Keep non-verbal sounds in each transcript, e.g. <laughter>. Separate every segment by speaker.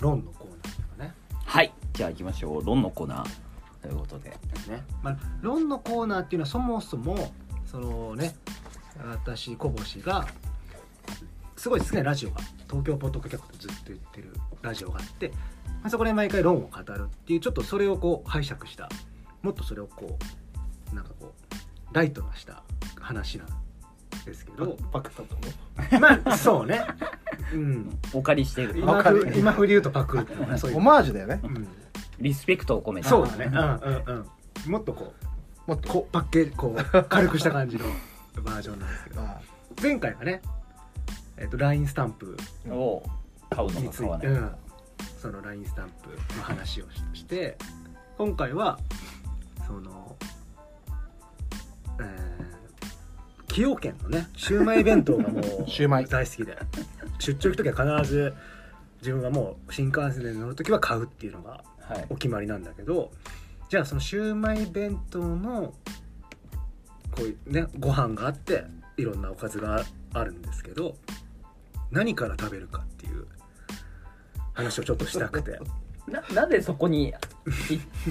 Speaker 1: 論のコーナーというかね
Speaker 2: はいじゃあ行きましょう論のコーナーということで
Speaker 1: ね、まあ、論のコーナーっていうのはそもそもそのね私小星がすごい好きなラジオが東京ポッドキャストずっと言ってるラジオがあって、まあ、そこで毎回論を語るっていうちょっとそれをこう拝借したもっとそれをこうなんかこうライトなした話なんですけ <laughs> ど
Speaker 3: パクったと思
Speaker 1: まあそうね、うん、
Speaker 2: お借りしてる
Speaker 1: 今風今風で言うとパクるっていうのはねそう
Speaker 3: う
Speaker 1: いう
Speaker 3: オ、マージュだよね
Speaker 1: うん
Speaker 2: リスペクトを込めて
Speaker 1: そうだねうんうんうんもっとこう
Speaker 3: もっと
Speaker 1: こうパッケージこう軽くした感じのバージョンなんですけど
Speaker 3: あ
Speaker 1: 前回はね、えっと LINE スタンプ
Speaker 2: を買うの
Speaker 1: に
Speaker 2: か
Speaker 1: つ
Speaker 2: 買
Speaker 1: い
Speaker 2: わ
Speaker 1: て、
Speaker 2: ない
Speaker 1: うんその LINE スタンプの話をしして今回はその、えー崎陽軒のねシウマイ弁当がもう
Speaker 3: シウマイ
Speaker 1: 大好きで出張行く時は必ず自分がもう新幹線で乗る時は買うっていうのが
Speaker 2: はい
Speaker 1: お決まりなんだけどじゃあそのシウマイ弁当のこういうねご飯があっていろんなおかずがあるんですけど何から食べるかっていう話をちょっとしたくて <laughs>
Speaker 2: ななんでそこに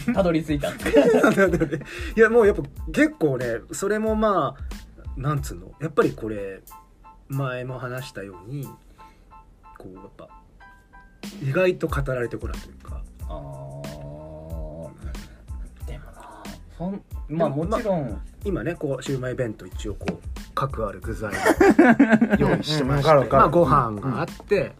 Speaker 2: いたどり着いたんですか
Speaker 1: いやもうやっぱ結構ねそれもまあなんつうのやっぱりこれ前も話したようにこうやっぱ意外と語られてこないというか
Speaker 2: あーでもなそんまあもちろん
Speaker 1: 今ねこうシウマイ弁当一応こう各ある具材が
Speaker 3: あ
Speaker 1: 用意してまして、
Speaker 3: うんうんわかるわかる
Speaker 1: まあ、ご飯があって、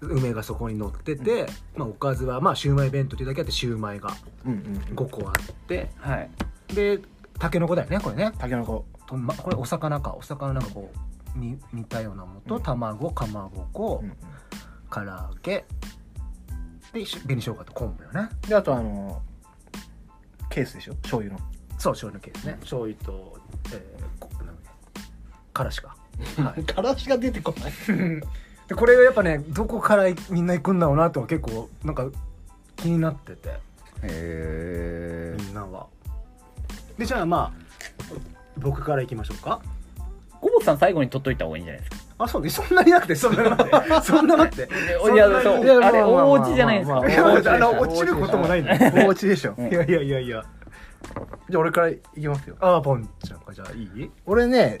Speaker 1: 梅がそこに乗ってて、まあ、おかずは、まあ、シウマイ弁当というだけあってシウマイが
Speaker 3: うんうんうん
Speaker 1: 5個あって
Speaker 2: はい
Speaker 1: でたけのこだよねこれね
Speaker 3: タケノコ
Speaker 1: と、ま、これお魚かお魚なんかこうに似たようなものと
Speaker 3: うん
Speaker 1: 卵かまぼこ
Speaker 3: うんうん
Speaker 1: 唐揚げでし紅生姜と昆布よね
Speaker 3: であとあのケースでしょ醤油の
Speaker 1: そう醤油の系ですね醤油と、えー、こなんだっけからしか
Speaker 3: からしが出てこない
Speaker 1: でこれがやっぱねどこからみんな行くんだろうなとは結構なんか気になってて
Speaker 2: へ
Speaker 1: みんなはでじゃあまあ僕から行きましょうか
Speaker 2: ゴボさん最後に取っといた方がいいんじゃないですか
Speaker 1: あそうねそんなになくてそんなになくてそんななくてそん
Speaker 2: い
Speaker 1: な
Speaker 2: や
Speaker 1: に
Speaker 2: そう
Speaker 1: いや
Speaker 2: あれ大落ちじゃないですか
Speaker 3: まあま
Speaker 1: い
Speaker 3: あまあ
Speaker 1: やあの落ちることもないんだよ <laughs>
Speaker 3: お家でしょ
Speaker 2: うん
Speaker 1: いやいやいやいや
Speaker 3: じゃあ俺からいきますよ
Speaker 1: あーポンちゃんかじゃあいい
Speaker 3: 俺ね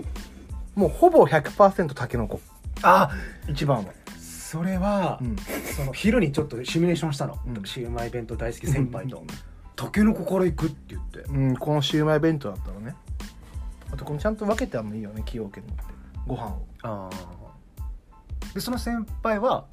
Speaker 3: もうほぼ100%タケノコ
Speaker 1: あ
Speaker 3: 一番は
Speaker 1: それは、
Speaker 3: うん
Speaker 1: その昼にちょっとシミュレーションしたの、
Speaker 3: うん
Speaker 1: シウマイ弁当大好き先輩と「たけのこから行く」って言って
Speaker 3: うんこのシウマイ弁当だったのねあとこのちゃんと分けてもいいよね崎陽軒のってご飯を
Speaker 1: あでその先輩は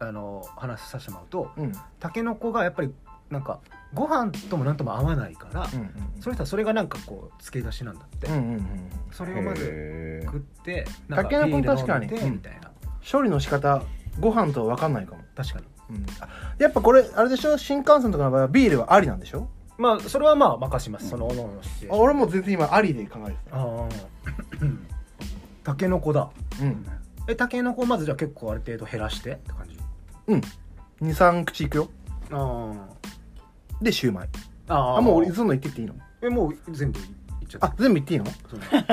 Speaker 1: あの話させてもらうと
Speaker 3: うんうん
Speaker 1: たけのこがやっぱりなんかご飯ともなんとも合わないから、
Speaker 3: うん
Speaker 1: それ人はそれがなんかこう付け出しなんだって、
Speaker 3: うんうんうん
Speaker 1: それをまず食って
Speaker 3: たけのこ確かに
Speaker 1: ビール飲んでみたいな、
Speaker 3: 処理の仕方ご飯とは分かんないかも、
Speaker 1: 確かに
Speaker 3: うん、あやっぱこれあれでしょ新幹線とかの場合はビールはありなんでしょ
Speaker 1: まあそれはまあ任しますそのおのおのシチュエーシ
Speaker 3: あ
Speaker 1: ョン
Speaker 3: 俺もう全然今ありで考えてた
Speaker 1: ああたけのこだ
Speaker 3: うん
Speaker 1: えたけのこまずじゃあ結構ある程度減らしてって感じ
Speaker 3: 23口いくよ
Speaker 1: あ
Speaker 3: でシューマイ
Speaker 1: あ
Speaker 3: あ
Speaker 1: あ
Speaker 3: もう
Speaker 1: 俺
Speaker 3: 俺そんなん言ってっていいの
Speaker 1: えもう全部いっちゃった
Speaker 3: あ全部言っていいの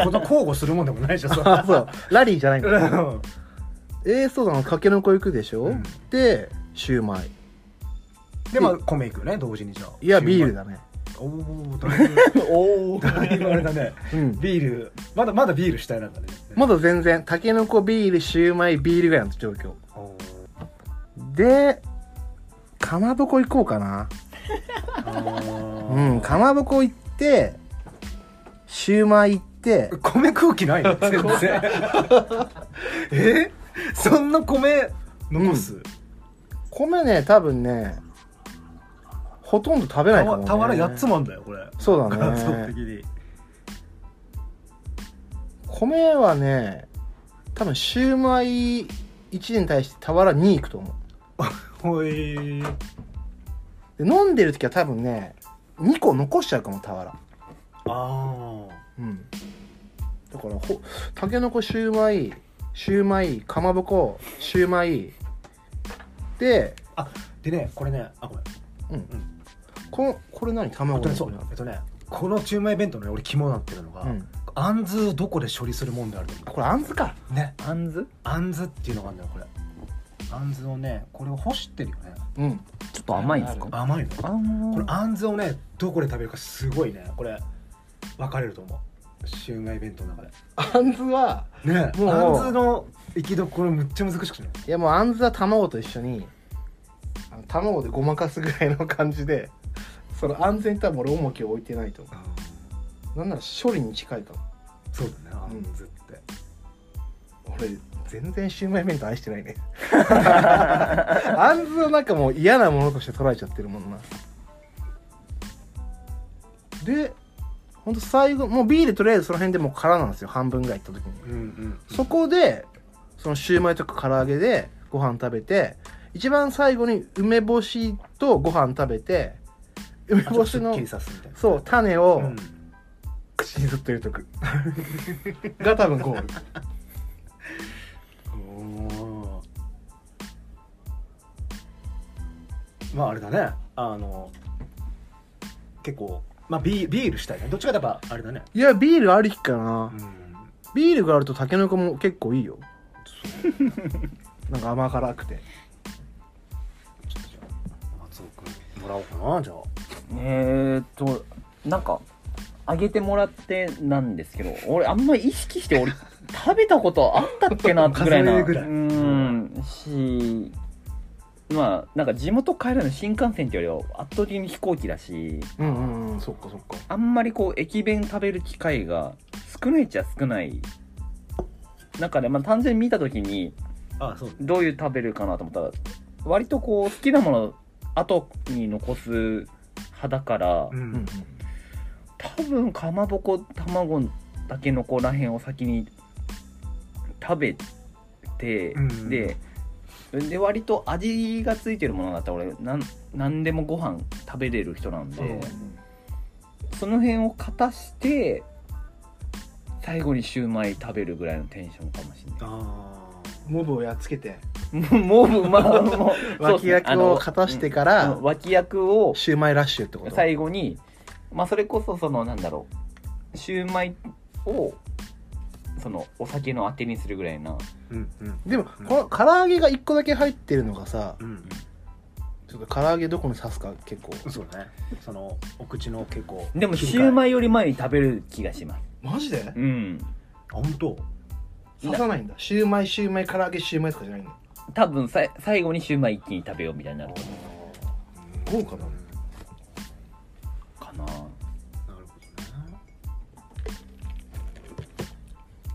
Speaker 1: その交互するもんでもないじゃんそんな
Speaker 3: <laughs> あそうラリーじゃないん <laughs> だ
Speaker 1: うん
Speaker 3: えー、そうだなかけのこ行くでしょ、
Speaker 1: うん
Speaker 3: でシューマイ
Speaker 1: でまあ米いくよね同時にじゃあ
Speaker 3: いやビールだね
Speaker 1: おおだいぶ
Speaker 3: <laughs>
Speaker 2: おお
Speaker 1: だいぶあれだね
Speaker 3: うん
Speaker 1: ビールまだまだビール主体なんだね
Speaker 3: まだ全然たけのこビールシューマイビールぐらいの状況
Speaker 1: おー
Speaker 3: でかまぼこ行こうかな
Speaker 1: あ
Speaker 3: うん
Speaker 1: ー
Speaker 3: かまぼこ行ってシューマイ行って
Speaker 1: 米空気ないの全然えそんな米残す、
Speaker 3: 米ね多分ねほとんど食べない
Speaker 1: た
Speaker 3: かも、
Speaker 1: わ
Speaker 3: ね、
Speaker 1: 俵8つもあんだよこれ
Speaker 3: そうだ
Speaker 1: 感想 <laughs> 的
Speaker 3: ね
Speaker 1: に
Speaker 3: 米はね多分シューマイ1に対して俵2いくと思
Speaker 1: ほいー
Speaker 3: うで飲んでる時は多分ね2個残しちゃうかも俵
Speaker 1: あ
Speaker 3: うんだからほたけのこシューマイシューマイかまぼこシューマイで
Speaker 1: ーでねこれねあごめん
Speaker 3: このこれ何
Speaker 1: えっ
Speaker 3: 卵
Speaker 1: と
Speaker 3: の
Speaker 1: ねそうえっとねこの中米弁当のね俺肝になってるのが、
Speaker 3: うん、
Speaker 1: あんずをどこで処理するもんであると
Speaker 3: あ
Speaker 1: 思
Speaker 3: これあんずか
Speaker 1: うね
Speaker 2: あんず
Speaker 1: あんずっていうのがあるんだよこれあんずをねこれを干してるよね
Speaker 3: うん
Speaker 4: ちょっと甘いんですか
Speaker 1: 甘いの
Speaker 4: あ
Speaker 1: これ
Speaker 4: ー
Speaker 1: あんずをねどこで食べるかすごいねこれ分かれると思うシウマイ弁当の中で
Speaker 3: あんずは
Speaker 1: ね
Speaker 3: もう
Speaker 1: あんずの生きどころむっちゃ難しくない
Speaker 3: いやもうあんずは卵と一緒にあの卵でごまかすぐらいの感じでその安全に多分俺重きを置いてないと思うなんなら処理に近いかも
Speaker 1: そうだねあんずって、
Speaker 3: 俺全然シウマイ弁当愛してないねあんずをなんかもう嫌なものとして捉えちゃってるもんなでほんと最後もうビールとりあえずその辺でもう空なんですよ半分ぐらいいった時に
Speaker 1: うんうん
Speaker 3: そこでそのシューマイとか唐揚げでご飯食べて一番最後に梅干しとご飯食べて梅
Speaker 1: あちょっと
Speaker 3: 干
Speaker 1: す
Speaker 3: し
Speaker 1: っ
Speaker 3: の
Speaker 1: きりさすみたいな
Speaker 3: そう種を
Speaker 1: うん
Speaker 3: 口にずっと入れとく <laughs> が多分ゴール
Speaker 1: おーまああれだねあの結構まあビービールしたいねどっちかといえばあれだね
Speaker 3: いやビールありきかな
Speaker 1: うん
Speaker 3: ビールがあるとタケノコも結構いいよなんか甘辛くて
Speaker 1: ちょっとじゃあ松尾君もらおうかなじゃあ
Speaker 4: えーっとなんかあげてもらってなんですけど俺あんまり意識して俺食べたことあったっけなぐらい
Speaker 1: 数え
Speaker 4: な
Speaker 1: るぐらい
Speaker 4: うんしまあなんか地元帰るの新幹線っていうよりは圧倒的に飛行機だし
Speaker 3: うんうんうんそっかそっか
Speaker 4: あんまりこう駅弁食べる機会が少ないっちゃ少ない中で、まあ、単純に見た時に
Speaker 1: あそう
Speaker 4: どういう食べるかなと思ったら割とこう好きなもの後に残す派だから、
Speaker 1: う
Speaker 3: うんうん
Speaker 1: ん
Speaker 4: 多分かまぼこ卵だけのこらへんを先に食べて、
Speaker 1: うん
Speaker 4: でで割と味がついてるものだったら俺なん何でもご飯食べれる人なんで、
Speaker 1: うん
Speaker 4: その辺をかたして最後にシューマイ食べるぐらいのテンションかもしれない
Speaker 1: あ
Speaker 3: モブをやっつけて <laughs>
Speaker 4: もうもうまあもうそうです
Speaker 3: 脇
Speaker 4: ねあ
Speaker 3: 役
Speaker 4: の
Speaker 3: を勝たしてか
Speaker 4: あ
Speaker 3: ら
Speaker 4: の脇役を
Speaker 3: シューマイラッシュってこと
Speaker 4: 最後にまあそれこそそのなんだろうシューマイをそのお酒のあてにするぐらいな
Speaker 1: ーうんうん
Speaker 3: でも
Speaker 1: うん
Speaker 3: この唐揚げが1個だけ入ってるのがさ
Speaker 1: うん
Speaker 3: ちょっと唐揚げどこに刺すか結構
Speaker 1: そうだねそのお口の結構
Speaker 4: でもシュー
Speaker 1: イ
Speaker 4: マイより前に食べる気がします
Speaker 3: マジで
Speaker 4: うん
Speaker 1: 本当
Speaker 3: 刺さないんだシューマイシューマイ唐揚げシューマイとかじゃないんだ
Speaker 4: 多分さ最後にシューマイ一気に食べようみたいになる
Speaker 3: 豪華だね
Speaker 4: かな
Speaker 1: なるほどね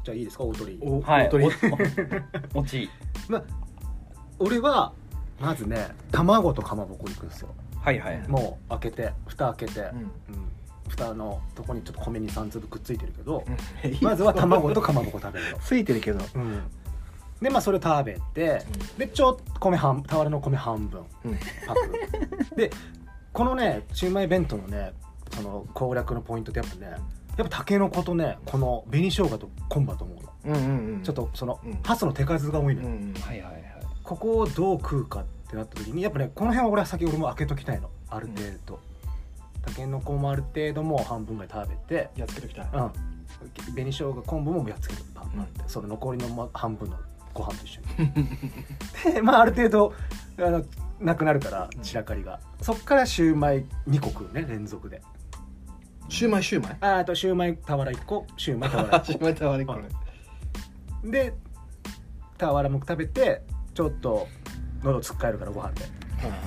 Speaker 1: じゃあいいですか大鳥
Speaker 3: お
Speaker 4: はい
Speaker 3: お
Speaker 4: おおち
Speaker 1: まあ俺はまずね卵とかまぼこいくんですよ
Speaker 4: はいはい
Speaker 1: もう開けて蓋開けて、
Speaker 3: うん
Speaker 1: うん蓋のとこにちょっと米に3粒くっついてるけど、
Speaker 3: いい <laughs> よ
Speaker 1: まずは卵とかまぼこ食べるの
Speaker 3: ついてるけど
Speaker 1: うんでまあそれ食べてでちょっと米半俵の米半分
Speaker 3: うん
Speaker 1: パクでこのねシウマイ弁当のねその攻略のポイントってやっぱねやっぱたけのことねこの紅生姜と昆布だと思うの、
Speaker 3: うんうんうん
Speaker 1: ちょっとその、
Speaker 3: うん
Speaker 1: ハスの手数が多いの
Speaker 3: う
Speaker 1: よ、
Speaker 3: ん
Speaker 4: はいはいはい
Speaker 1: ここをどう食うかってなった時にやっぱねこの辺は俺は先俺も開けときたいのある程度、たけのこもある程度もう半分ぐらい食べて
Speaker 3: やっつけときたい
Speaker 1: うん紅生姜昆布もやっつけるパンパンって、その残りのま半分のご飯と一緒にでまあある程度あのなくなるから散らかりが、そっからシューマイ2個食うね連続で
Speaker 3: シューマイシューマイ
Speaker 1: あーあとシューマイ俵1個シューマイ俵
Speaker 3: シ
Speaker 1: 1
Speaker 3: ューマイタワーレこれ
Speaker 1: 個で俵も食べてちょっと喉つっかえるからご飯で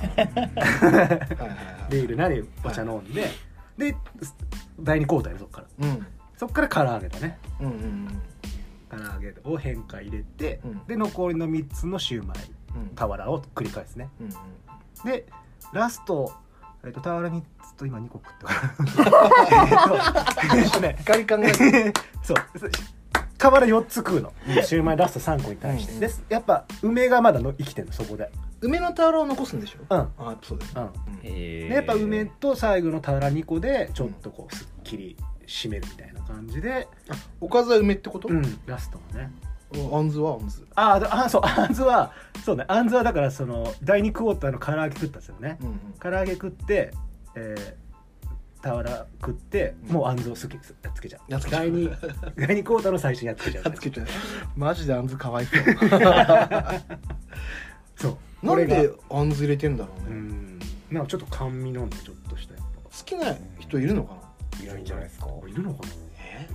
Speaker 3: はいはいはい
Speaker 1: ビールなりお茶飲んで、で第2交代ねそっから
Speaker 3: うん
Speaker 1: そっから唐揚げだね
Speaker 3: うんうん
Speaker 1: 唐揚げを変化入れて、
Speaker 3: うん
Speaker 1: で残りの3つのシューマイ
Speaker 3: うんうん
Speaker 1: 俵を繰り返すね
Speaker 3: うんうん
Speaker 1: でラストえっと俵3つと今2個食ったから
Speaker 3: <laughs>
Speaker 1: えっとえっとね <laughs>
Speaker 3: しっかり考えて
Speaker 1: そう俵4つ食うのシューマイラスト3個に対して、
Speaker 3: うん
Speaker 1: ですやっぱ梅がまだの生きてるのそこで
Speaker 3: 梅のタワーを残すんでしょ
Speaker 1: うんうん
Speaker 3: あそうだよね
Speaker 4: へ
Speaker 1: でやっぱ梅と最後の俵2個でちょっとこうすっきり締めるみたいな感じで、
Speaker 3: おかずは梅ってこと
Speaker 1: うん、ラストのね
Speaker 3: おあんずはあんず
Speaker 1: あーあそうあんずはそうねあんずはだからその第2クォーターの唐揚げ食ったんですよね
Speaker 3: うんうん
Speaker 1: 唐揚げ食ってえー、俵食って、
Speaker 3: うん
Speaker 1: もうあんずをすきすやっつけちゃう
Speaker 3: やっつけちゃう
Speaker 1: 第
Speaker 3: <laughs>
Speaker 1: 二第二クォーターの最初にやっつけちゃう
Speaker 3: やっつけちゃうマジであんずかわいそう
Speaker 1: そう
Speaker 3: な
Speaker 1: こ
Speaker 3: ん
Speaker 1: れが
Speaker 3: であんず入れてんだろ
Speaker 1: う
Speaker 3: うね、好
Speaker 1: んなんかちょっと甘味なんだちょっとしたやっぱ
Speaker 3: きな人いるのかない
Speaker 4: ないんじゃないですか
Speaker 1: あいるのかな
Speaker 3: え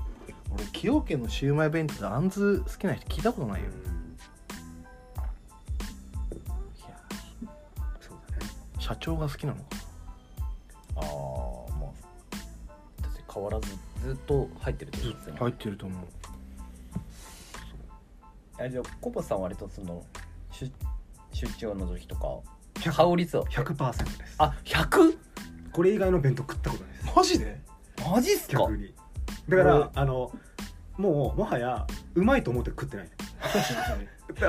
Speaker 3: 俺崎陽軒のシウマイ弁当であんず好きな人聞いたことないよ
Speaker 1: うん
Speaker 3: いや
Speaker 1: そうだね
Speaker 3: 社長が好きなのか
Speaker 4: ああまあだって変わらずずっと入ってるってことですよね
Speaker 3: 入ってると思う
Speaker 4: あじゃあコボさんは割とその出出張の時とか
Speaker 1: 100
Speaker 4: 香りそう
Speaker 1: 100%です
Speaker 4: あ百100
Speaker 1: これ以外の弁当食ったことないです
Speaker 3: マ
Speaker 1: <laughs>
Speaker 3: ジで
Speaker 4: マジっすか
Speaker 1: 逆にだか
Speaker 3: 俺
Speaker 1: らあのもうもはやうまいと思って食ってない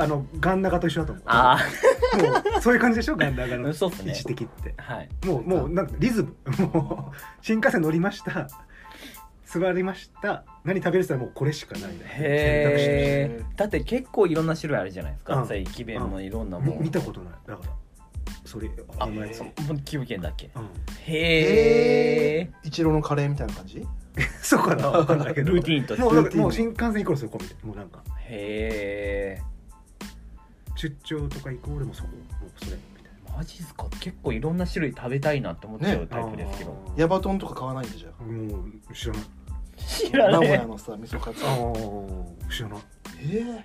Speaker 1: あのガンナガと一緒だと思う
Speaker 4: あ
Speaker 1: もうそういう感じでしょガンナガ
Speaker 4: あ
Speaker 1: の
Speaker 4: そうっす
Speaker 1: 位
Speaker 4: ね
Speaker 1: 置的って
Speaker 4: はい
Speaker 1: もうもうなんかリズムもう新幹線乗りました座りました何食べるって言ったらもうこれしかないね
Speaker 4: へ
Speaker 3: 選択肢
Speaker 4: え
Speaker 3: として
Speaker 4: だって結構いろんな種類あるじゃないです
Speaker 1: う
Speaker 4: か
Speaker 1: ん
Speaker 4: 最駅弁もいろんな
Speaker 1: も
Speaker 4: も
Speaker 1: うん見たことないだからそれあ
Speaker 4: あ
Speaker 1: のやつ
Speaker 4: そううもう崎陽軒だっけ
Speaker 1: ん
Speaker 4: へえ
Speaker 3: 一郎のカレーみたいな感じ
Speaker 1: そうか <laughs> な分かんないけど
Speaker 4: ルーティーンとして
Speaker 1: もうなん
Speaker 3: ル
Speaker 1: か
Speaker 3: ーティン
Speaker 1: もう新幹線イコールそこみたいなもうなんか
Speaker 4: へえ
Speaker 1: 出張とかイコールもそこもうそれみたい
Speaker 4: マジっすか結構いろんな種類食べたいなって思っちゃう
Speaker 3: ね
Speaker 1: な
Speaker 4: タイプですけど、
Speaker 1: あー
Speaker 3: ヤバトンとか買わないんでじゃ
Speaker 1: もう知らない
Speaker 4: 知
Speaker 3: あ名
Speaker 4: ら
Speaker 3: 古
Speaker 4: ね
Speaker 3: 屋のさ味噌カツ
Speaker 1: ああ知らない
Speaker 3: えー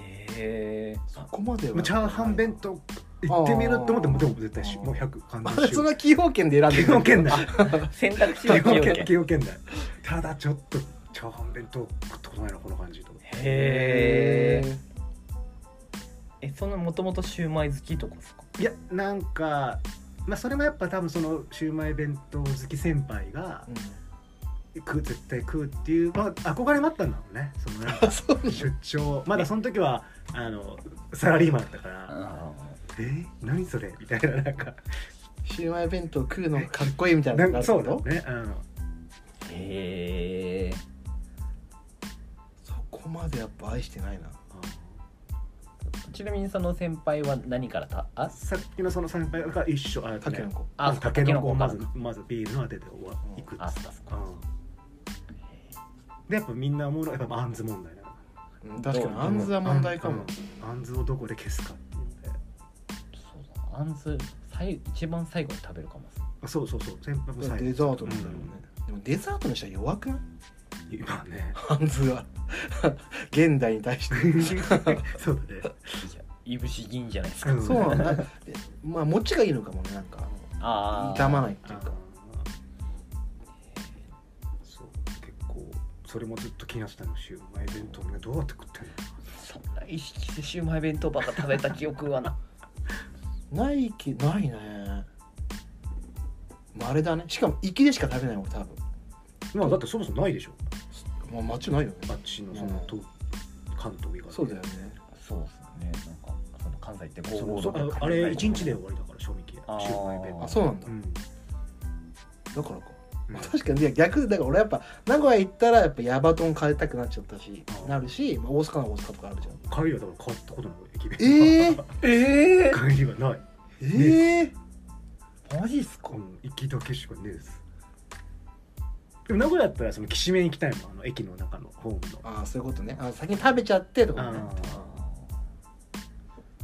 Speaker 4: えへえ
Speaker 3: そこまで
Speaker 1: もう
Speaker 3: は
Speaker 1: チャーハン弁当行ってみるって思ってもでも絶対しもう100完
Speaker 3: あ
Speaker 1: 全
Speaker 3: れ
Speaker 1: し
Speaker 3: そんな崎陽軒で選んで
Speaker 1: 崎陽軒
Speaker 3: だ <laughs>
Speaker 1: 内
Speaker 4: 選択肢は
Speaker 1: 崎
Speaker 4: 崎
Speaker 1: 陽
Speaker 4: 陽
Speaker 1: 軒
Speaker 4: 軒へ
Speaker 1: 崎陽軒内ただちょっとチャーハン弁当食ったことないなこの感じと思って
Speaker 4: ええそのもともとシューマイ好きとかですか
Speaker 1: いやなんかまあそれもやっぱ多分そのシウマイ弁当好き先輩が食う絶対食うっていう、まあ、憧れもあったんだろうねそのなんか
Speaker 3: そう
Speaker 1: 出張まだその時はあのサラリーマンだったから
Speaker 4: あ
Speaker 1: 「えー、何それ?」みたいななんか
Speaker 3: シウマイ弁当食うのかっこいいみたいな
Speaker 1: なんかそうだ
Speaker 3: の
Speaker 1: ねうん
Speaker 4: へえ
Speaker 3: そこまでやっぱ愛してないな
Speaker 4: ちなみにその先輩は何からたあ
Speaker 1: さっきのその先輩が一緒あ
Speaker 3: タケノコ
Speaker 1: あ
Speaker 4: あ
Speaker 1: タケノコをま
Speaker 4: タケ
Speaker 1: ず
Speaker 4: ノコ
Speaker 1: まずビールのあてで終わ
Speaker 3: うん
Speaker 1: いくっ
Speaker 4: あ
Speaker 1: つって
Speaker 4: そうかそう
Speaker 1: う
Speaker 4: か
Speaker 1: んでやっぱみんな思うのはやっぱあんず問題だか
Speaker 3: うん確かに
Speaker 4: どう
Speaker 3: あんず
Speaker 1: ら
Speaker 3: は問題かも
Speaker 1: あんずをどこで消すかっていうので
Speaker 4: そうだあんず最一番最後に食べるかもっす
Speaker 1: あそうそうそう先輩も最後
Speaker 3: デザートなんだろうねでもデザートにしては弱くない
Speaker 1: うんまあ
Speaker 3: <laughs>
Speaker 1: ね <laughs>
Speaker 3: あんずは現代に対して
Speaker 1: そうだね
Speaker 4: いぶし銀じゃないですか、
Speaker 1: うん
Speaker 3: <laughs> そうなんだ <laughs> でまあ餅がいいのかもねなんか
Speaker 4: ああ
Speaker 3: 傷まないっ
Speaker 1: あ
Speaker 3: てい
Speaker 1: ー
Speaker 3: うか
Speaker 1: そう結構それもずっと気になってたのシウマイ弁当みんなどうやって食ってんの
Speaker 4: そんな意識してシューマイ弁当ばっか食べた記憶はな
Speaker 3: ないきないねまれだねしかも粋でしか食べない俺多分
Speaker 1: まあだってそもそもないでしょ
Speaker 3: もう街ないよね
Speaker 1: あっちのその東関東以外で
Speaker 3: そうだよね
Speaker 4: そうですねなんかその関西って
Speaker 1: その
Speaker 4: 55
Speaker 1: そ
Speaker 4: と
Speaker 1: あ
Speaker 4: か
Speaker 1: あれ一日で終わりだから賞味期限
Speaker 4: あー
Speaker 1: シウマイ弁
Speaker 3: あそうなんだ
Speaker 1: 当うん
Speaker 3: だからか
Speaker 1: うん
Speaker 3: まあ確かにいや逆だから俺やっぱ名古屋行ったらやっぱヤバトン買いたくなっちゃったし
Speaker 1: あ
Speaker 3: なるし、まあ、大阪の大阪とかあるじゃん
Speaker 1: 帰りはだから変わったことない駅弁
Speaker 3: <laughs> えー
Speaker 1: <laughs>
Speaker 4: え
Speaker 1: 帰りはない
Speaker 3: ええ
Speaker 4: マジっすか
Speaker 1: うん行きだけしかねえですでも名古屋だったらそのきしめん行きたいもんあの駅の中のホームの
Speaker 3: ああそういうことねあ先に食べちゃってとかね
Speaker 1: あ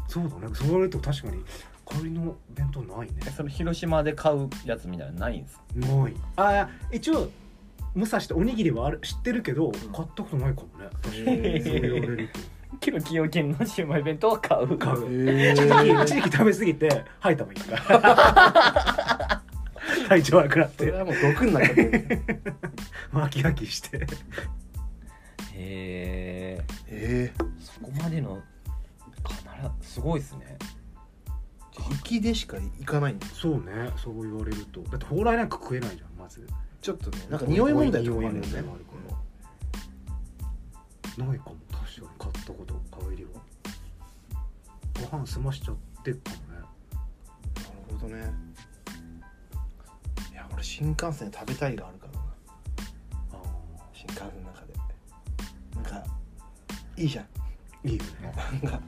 Speaker 1: そうだねそう言われると確かに帰りの弁当ないね
Speaker 4: えその広島で買うやつみたいなのないんすか
Speaker 1: ないあー一応武蔵っておにぎりはある知ってるけど買ったことないかもね
Speaker 3: へ
Speaker 1: そう言われ <laughs> ると
Speaker 4: 今日崎陽軒のシューマイ弁当は買う
Speaker 1: 買う
Speaker 3: え
Speaker 1: 一時期食べ過ぎて吐いたもんいいから <laughs> 体調悪くなっ
Speaker 3: そ
Speaker 1: て
Speaker 3: れはもう毒になっちゃってる
Speaker 1: マキマキして
Speaker 4: へえ
Speaker 3: <laughs> ええ
Speaker 4: そこまでの必ずすごいっすね
Speaker 3: 粋でしか行かないんだ
Speaker 1: そうねそう言われるとだって蓬莱なんか食えないじゃんまず
Speaker 3: ちょっとねなんか匂い問題とかもあるよ
Speaker 1: 匂い問
Speaker 3: ね
Speaker 1: 題もあるからないかも確かに買ったこと帰りはご飯済ましちゃってっかもね
Speaker 3: なるほどねいや俺新幹線で食べたいがあるからな
Speaker 1: あ
Speaker 3: 新幹線の中でなんかいいじゃん <laughs>
Speaker 1: あいいよね
Speaker 3: なんか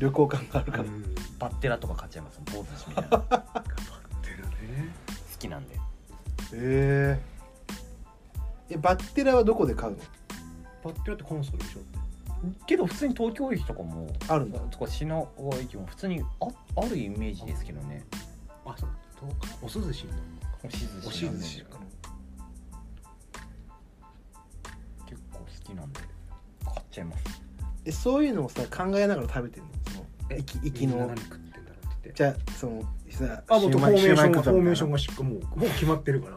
Speaker 3: 旅行感があるから、
Speaker 1: うん
Speaker 4: バッテラとか買っちゃいます坊主みたい <laughs> な好
Speaker 1: 出るね
Speaker 4: きなんで
Speaker 3: ええバッテラはどこで買うの
Speaker 1: バッテラってコンソールでしょ
Speaker 4: けど普通に東京駅とかも
Speaker 3: あるんだ
Speaker 4: とか品川駅も普通にああるイメージですけどね
Speaker 1: あそうお寿司も
Speaker 4: 押し
Speaker 1: 押
Speaker 4: 寿司
Speaker 1: し
Speaker 4: なん
Speaker 1: 寿
Speaker 4: で
Speaker 1: 司
Speaker 4: 結構好きなんで買っちゃいます
Speaker 3: えそういうのをさ考えながら食べてんのその
Speaker 1: え
Speaker 3: き生きの
Speaker 1: みんな何食ってんだろうって言って
Speaker 3: じゃあそのさ
Speaker 1: あもうフォーメーションがフォーメーション
Speaker 3: が
Speaker 1: がしっかもうもう決まってるから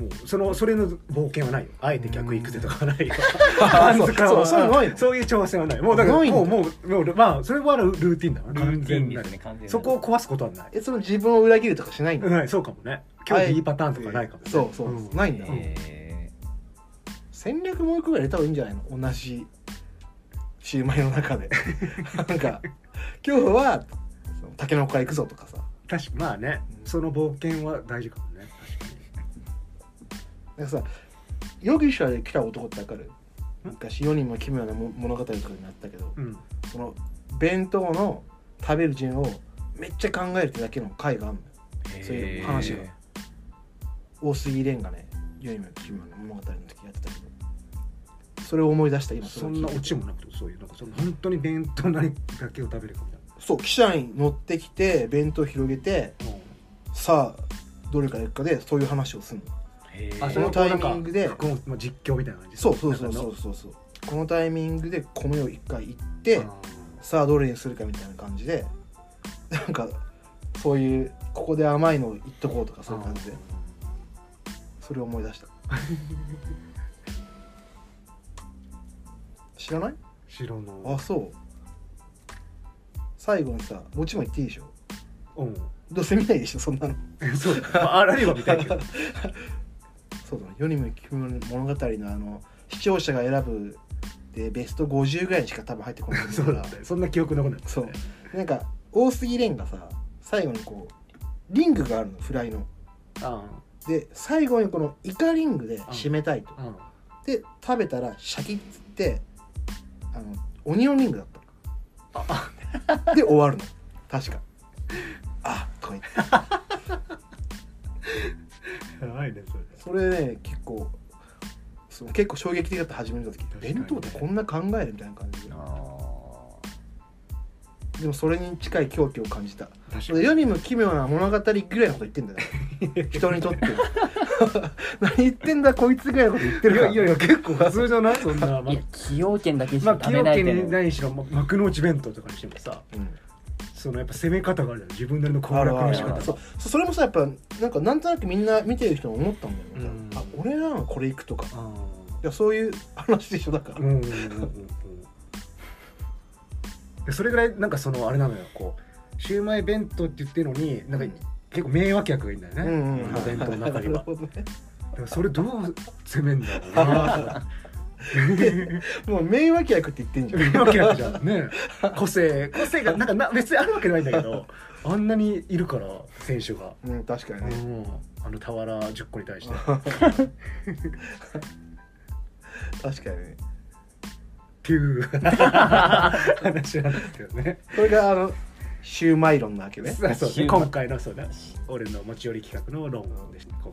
Speaker 1: もうそのそれの冒険はないよあえて逆行くぜとかはないよ
Speaker 3: あそうそうそういうのないの
Speaker 1: そういう挑戦はないもうだから
Speaker 3: ないんだ
Speaker 1: もうもうもうまあそれはルーティンだな完全なる
Speaker 4: ですね完全
Speaker 1: そこを壊すことはない
Speaker 3: えその自分を裏切るとかしないんだ、
Speaker 1: うんそうかもね今日いいパターンとかないかもね
Speaker 3: そうそう、
Speaker 1: ん
Speaker 3: ないんだ、
Speaker 4: え
Speaker 3: 戦略もう一個ぐらい入れた方がいいんじゃないの同じシューマイの中でなんか今日はそのタケノコから行くぞとかさ
Speaker 1: 確かまあねその冒険は大事かもね
Speaker 3: なんかさヨギシャで来た男ってわかる昔世人も奇妙な物語とかになったけど
Speaker 1: 確かにうん
Speaker 3: その弁当の食べる順をめっちゃ考えるってだけの回があるのよ
Speaker 4: ー
Speaker 3: そういう話が大杉蓮がね世人も奇妙な物語の時やってたけどそれを思い出した今
Speaker 1: そ
Speaker 3: れを聞い
Speaker 1: ん
Speaker 3: て
Speaker 1: なオチもなくてそういうなんかその本当に弁当何だけを食べるかみたい
Speaker 3: そう汽車に乗ってきて弁当広げて
Speaker 1: な、うん
Speaker 3: さあどれから行くかでそういう話をするの
Speaker 4: へー
Speaker 1: あ
Speaker 3: そのタイミングで
Speaker 1: このまあ実況みたいな感じ
Speaker 3: そうそうそうそ
Speaker 1: なん
Speaker 3: う
Speaker 1: か
Speaker 3: そうそうこのタイミングで米を一回行って
Speaker 1: の
Speaker 3: さあどれにするかみたいな感じでなんかそういうここで甘いのを言っとこうとかそういう感じでそれを思い出した <laughs> 知らない
Speaker 1: 白
Speaker 3: あ
Speaker 1: の
Speaker 3: そう最後にさもちろん言っていいでしょ
Speaker 1: うん
Speaker 3: どうせ見ないでしょそんなの
Speaker 1: え <laughs> そうだねまああらゆるみたいけど
Speaker 3: そうだね世にも奇妙な物語のあの視聴者が選ぶでベスト50ぐらいにしか多分入ってこな
Speaker 1: <laughs>
Speaker 3: い
Speaker 1: <laughs> そうだったよそんな記憶残んない
Speaker 3: そうなんか大杉蓮がさ最後にこうリングがあるのフライの
Speaker 1: あ
Speaker 3: で最後にこのイカリングで締めたいと
Speaker 1: あうん
Speaker 3: で食べたらシャキッつってあのオニオンリングだった <laughs> で終わるの確かあとか言って
Speaker 1: やばいねそれ
Speaker 3: それね結構そう結構衝撃的だった始めた時
Speaker 1: 確かに
Speaker 3: 弁当ってこんな考えるみたいな感じで
Speaker 4: あ
Speaker 3: でもそれに近い狂気を感じた
Speaker 1: 確かに
Speaker 3: 世にも奇妙な物語ぐらいのこと言ってんだよ人に
Speaker 1: <laughs>
Speaker 3: とって何言ってんだこいつぐらいのこと言って
Speaker 1: い
Speaker 3: るから
Speaker 1: やいやいや結構普通じゃ <laughs> ないそんなま
Speaker 2: いや崎陽軒だけし
Speaker 1: ま
Speaker 2: か
Speaker 1: あ
Speaker 2: 食べない
Speaker 1: 崎陽軒
Speaker 2: け
Speaker 1: に
Speaker 2: ど、
Speaker 1: ないしろま幕の内弁当とかにしてもさ
Speaker 3: うん
Speaker 1: そのやっぱ攻め方があるじゃん自分なりの攻
Speaker 3: あ
Speaker 1: 略
Speaker 3: るあ
Speaker 1: の仕
Speaker 3: るあ
Speaker 1: 方
Speaker 3: るそうそそれもさやっぱなんかなんとなくみんな見てる人も思ったんだよね、
Speaker 1: うん
Speaker 3: あ俺なのこれ行くとかい
Speaker 1: あ
Speaker 3: やそういう話でしょだから、
Speaker 1: あうんうんうんうんうんでそれぐらいなんかそのあれなのよこうシューマイ弁当って言ってるのになんか結構名脇役がいるんだよね、
Speaker 3: うん
Speaker 1: この弁当の中に
Speaker 3: <laughs> なる
Speaker 1: は
Speaker 3: ほどね
Speaker 1: だからそれどう攻めんだろうな
Speaker 3: もう名脇役って言ってんじゃん
Speaker 1: 名脇役じゃんね個性個性がなんかな別にあるわけないんだけどあんなにいるから選手が、
Speaker 3: うん確かにね、
Speaker 1: うん、あの俵10個に対してっ
Speaker 3: 確かにね
Speaker 1: ていう話なんですけどね
Speaker 3: それがあのシューマイ論なわけね
Speaker 1: そうそう
Speaker 2: シューマイ
Speaker 1: 今回のそうだ俺の持ち寄り企画のローンでした今い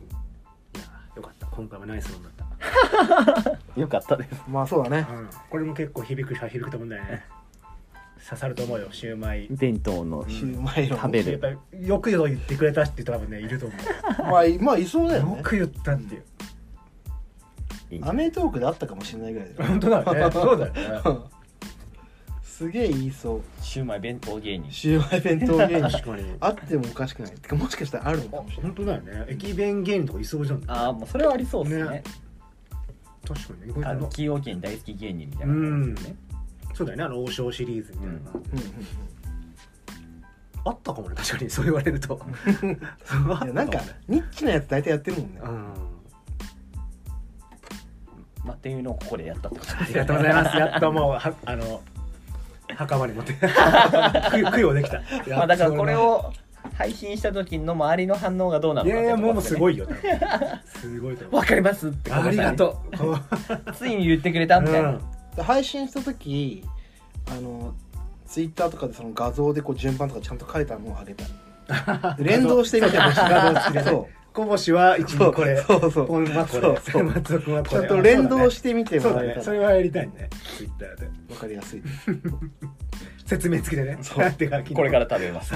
Speaker 1: やーよかった今回はナイスローンだった
Speaker 4: よかったです
Speaker 3: まあそうだね
Speaker 1: これも結構響く響くと思うんだよね <laughs> 刺さると思うよシューマイ
Speaker 4: 弁当の
Speaker 3: シューマイ論
Speaker 4: 食べ
Speaker 1: やっぱりよくぞ言ってくれたっていう人多分ねいると思
Speaker 3: まあいまあいそうだよ
Speaker 1: う
Speaker 3: ね
Speaker 1: よく言ったっていう
Speaker 3: アメトークであったかもしれないぐらいだよ
Speaker 1: 本当だよねそうだよ
Speaker 3: <laughs>
Speaker 1: ね
Speaker 3: すげえ言いそ
Speaker 4: シューマイ弁当芸
Speaker 3: う
Speaker 4: 人
Speaker 3: シューマイ弁当芸人
Speaker 1: 確かにあ
Speaker 3: <laughs> あってもおかしくないてかもしかしたらあるのかもしれない
Speaker 1: 本当だよね駅弁芸人とかいそうじゃん確か
Speaker 4: ああもうそれはありそうですね
Speaker 1: ねにね意外
Speaker 4: あの
Speaker 1: と
Speaker 4: 崎陽軒大好き芸人みたいな感じですね
Speaker 1: そうだよねあの王将シリーズみたいなのが
Speaker 3: うんうん
Speaker 1: あったかもね確かにそう言われると
Speaker 3: うんいやなんかニッチなやつ大体やってるもんね
Speaker 1: うん
Speaker 4: まあっていうのをここでやったってこと
Speaker 1: あ
Speaker 4: で
Speaker 1: り
Speaker 4: す
Speaker 1: が
Speaker 4: ね
Speaker 1: とうございますやっともうはあの墓場に持って供養供養できた
Speaker 4: まあだからこれを配信した時の周りの反応がどうなの
Speaker 1: い
Speaker 4: か
Speaker 1: やいやもうもうすご
Speaker 4: い
Speaker 1: いよすごいと思う
Speaker 4: わかりますって
Speaker 1: ありがとう
Speaker 4: うついに言ってくれたみたいな、
Speaker 3: で配信した時あのツイッターとかでそ <laughs> の画像でこう順番とかちゃんと書いたのをあげたい連動してみてほしい画像付きでそう
Speaker 1: こぼしは一
Speaker 3: <laughs> そう
Speaker 1: これ
Speaker 3: そうそう
Speaker 1: ポンはこ
Speaker 3: そう
Speaker 1: れ
Speaker 3: そう
Speaker 1: 松尾君はこ
Speaker 3: ち
Speaker 1: れ
Speaker 3: ゃんと連動
Speaker 1: し
Speaker 3: してみて
Speaker 1: そう
Speaker 3: も
Speaker 1: だ
Speaker 3: らえ
Speaker 1: ね
Speaker 3: たら
Speaker 1: それはやりたいねツイッターで
Speaker 3: 分かりやすい
Speaker 1: 説明付きでね
Speaker 3: そう
Speaker 1: <laughs> なんて書き
Speaker 4: これから食べます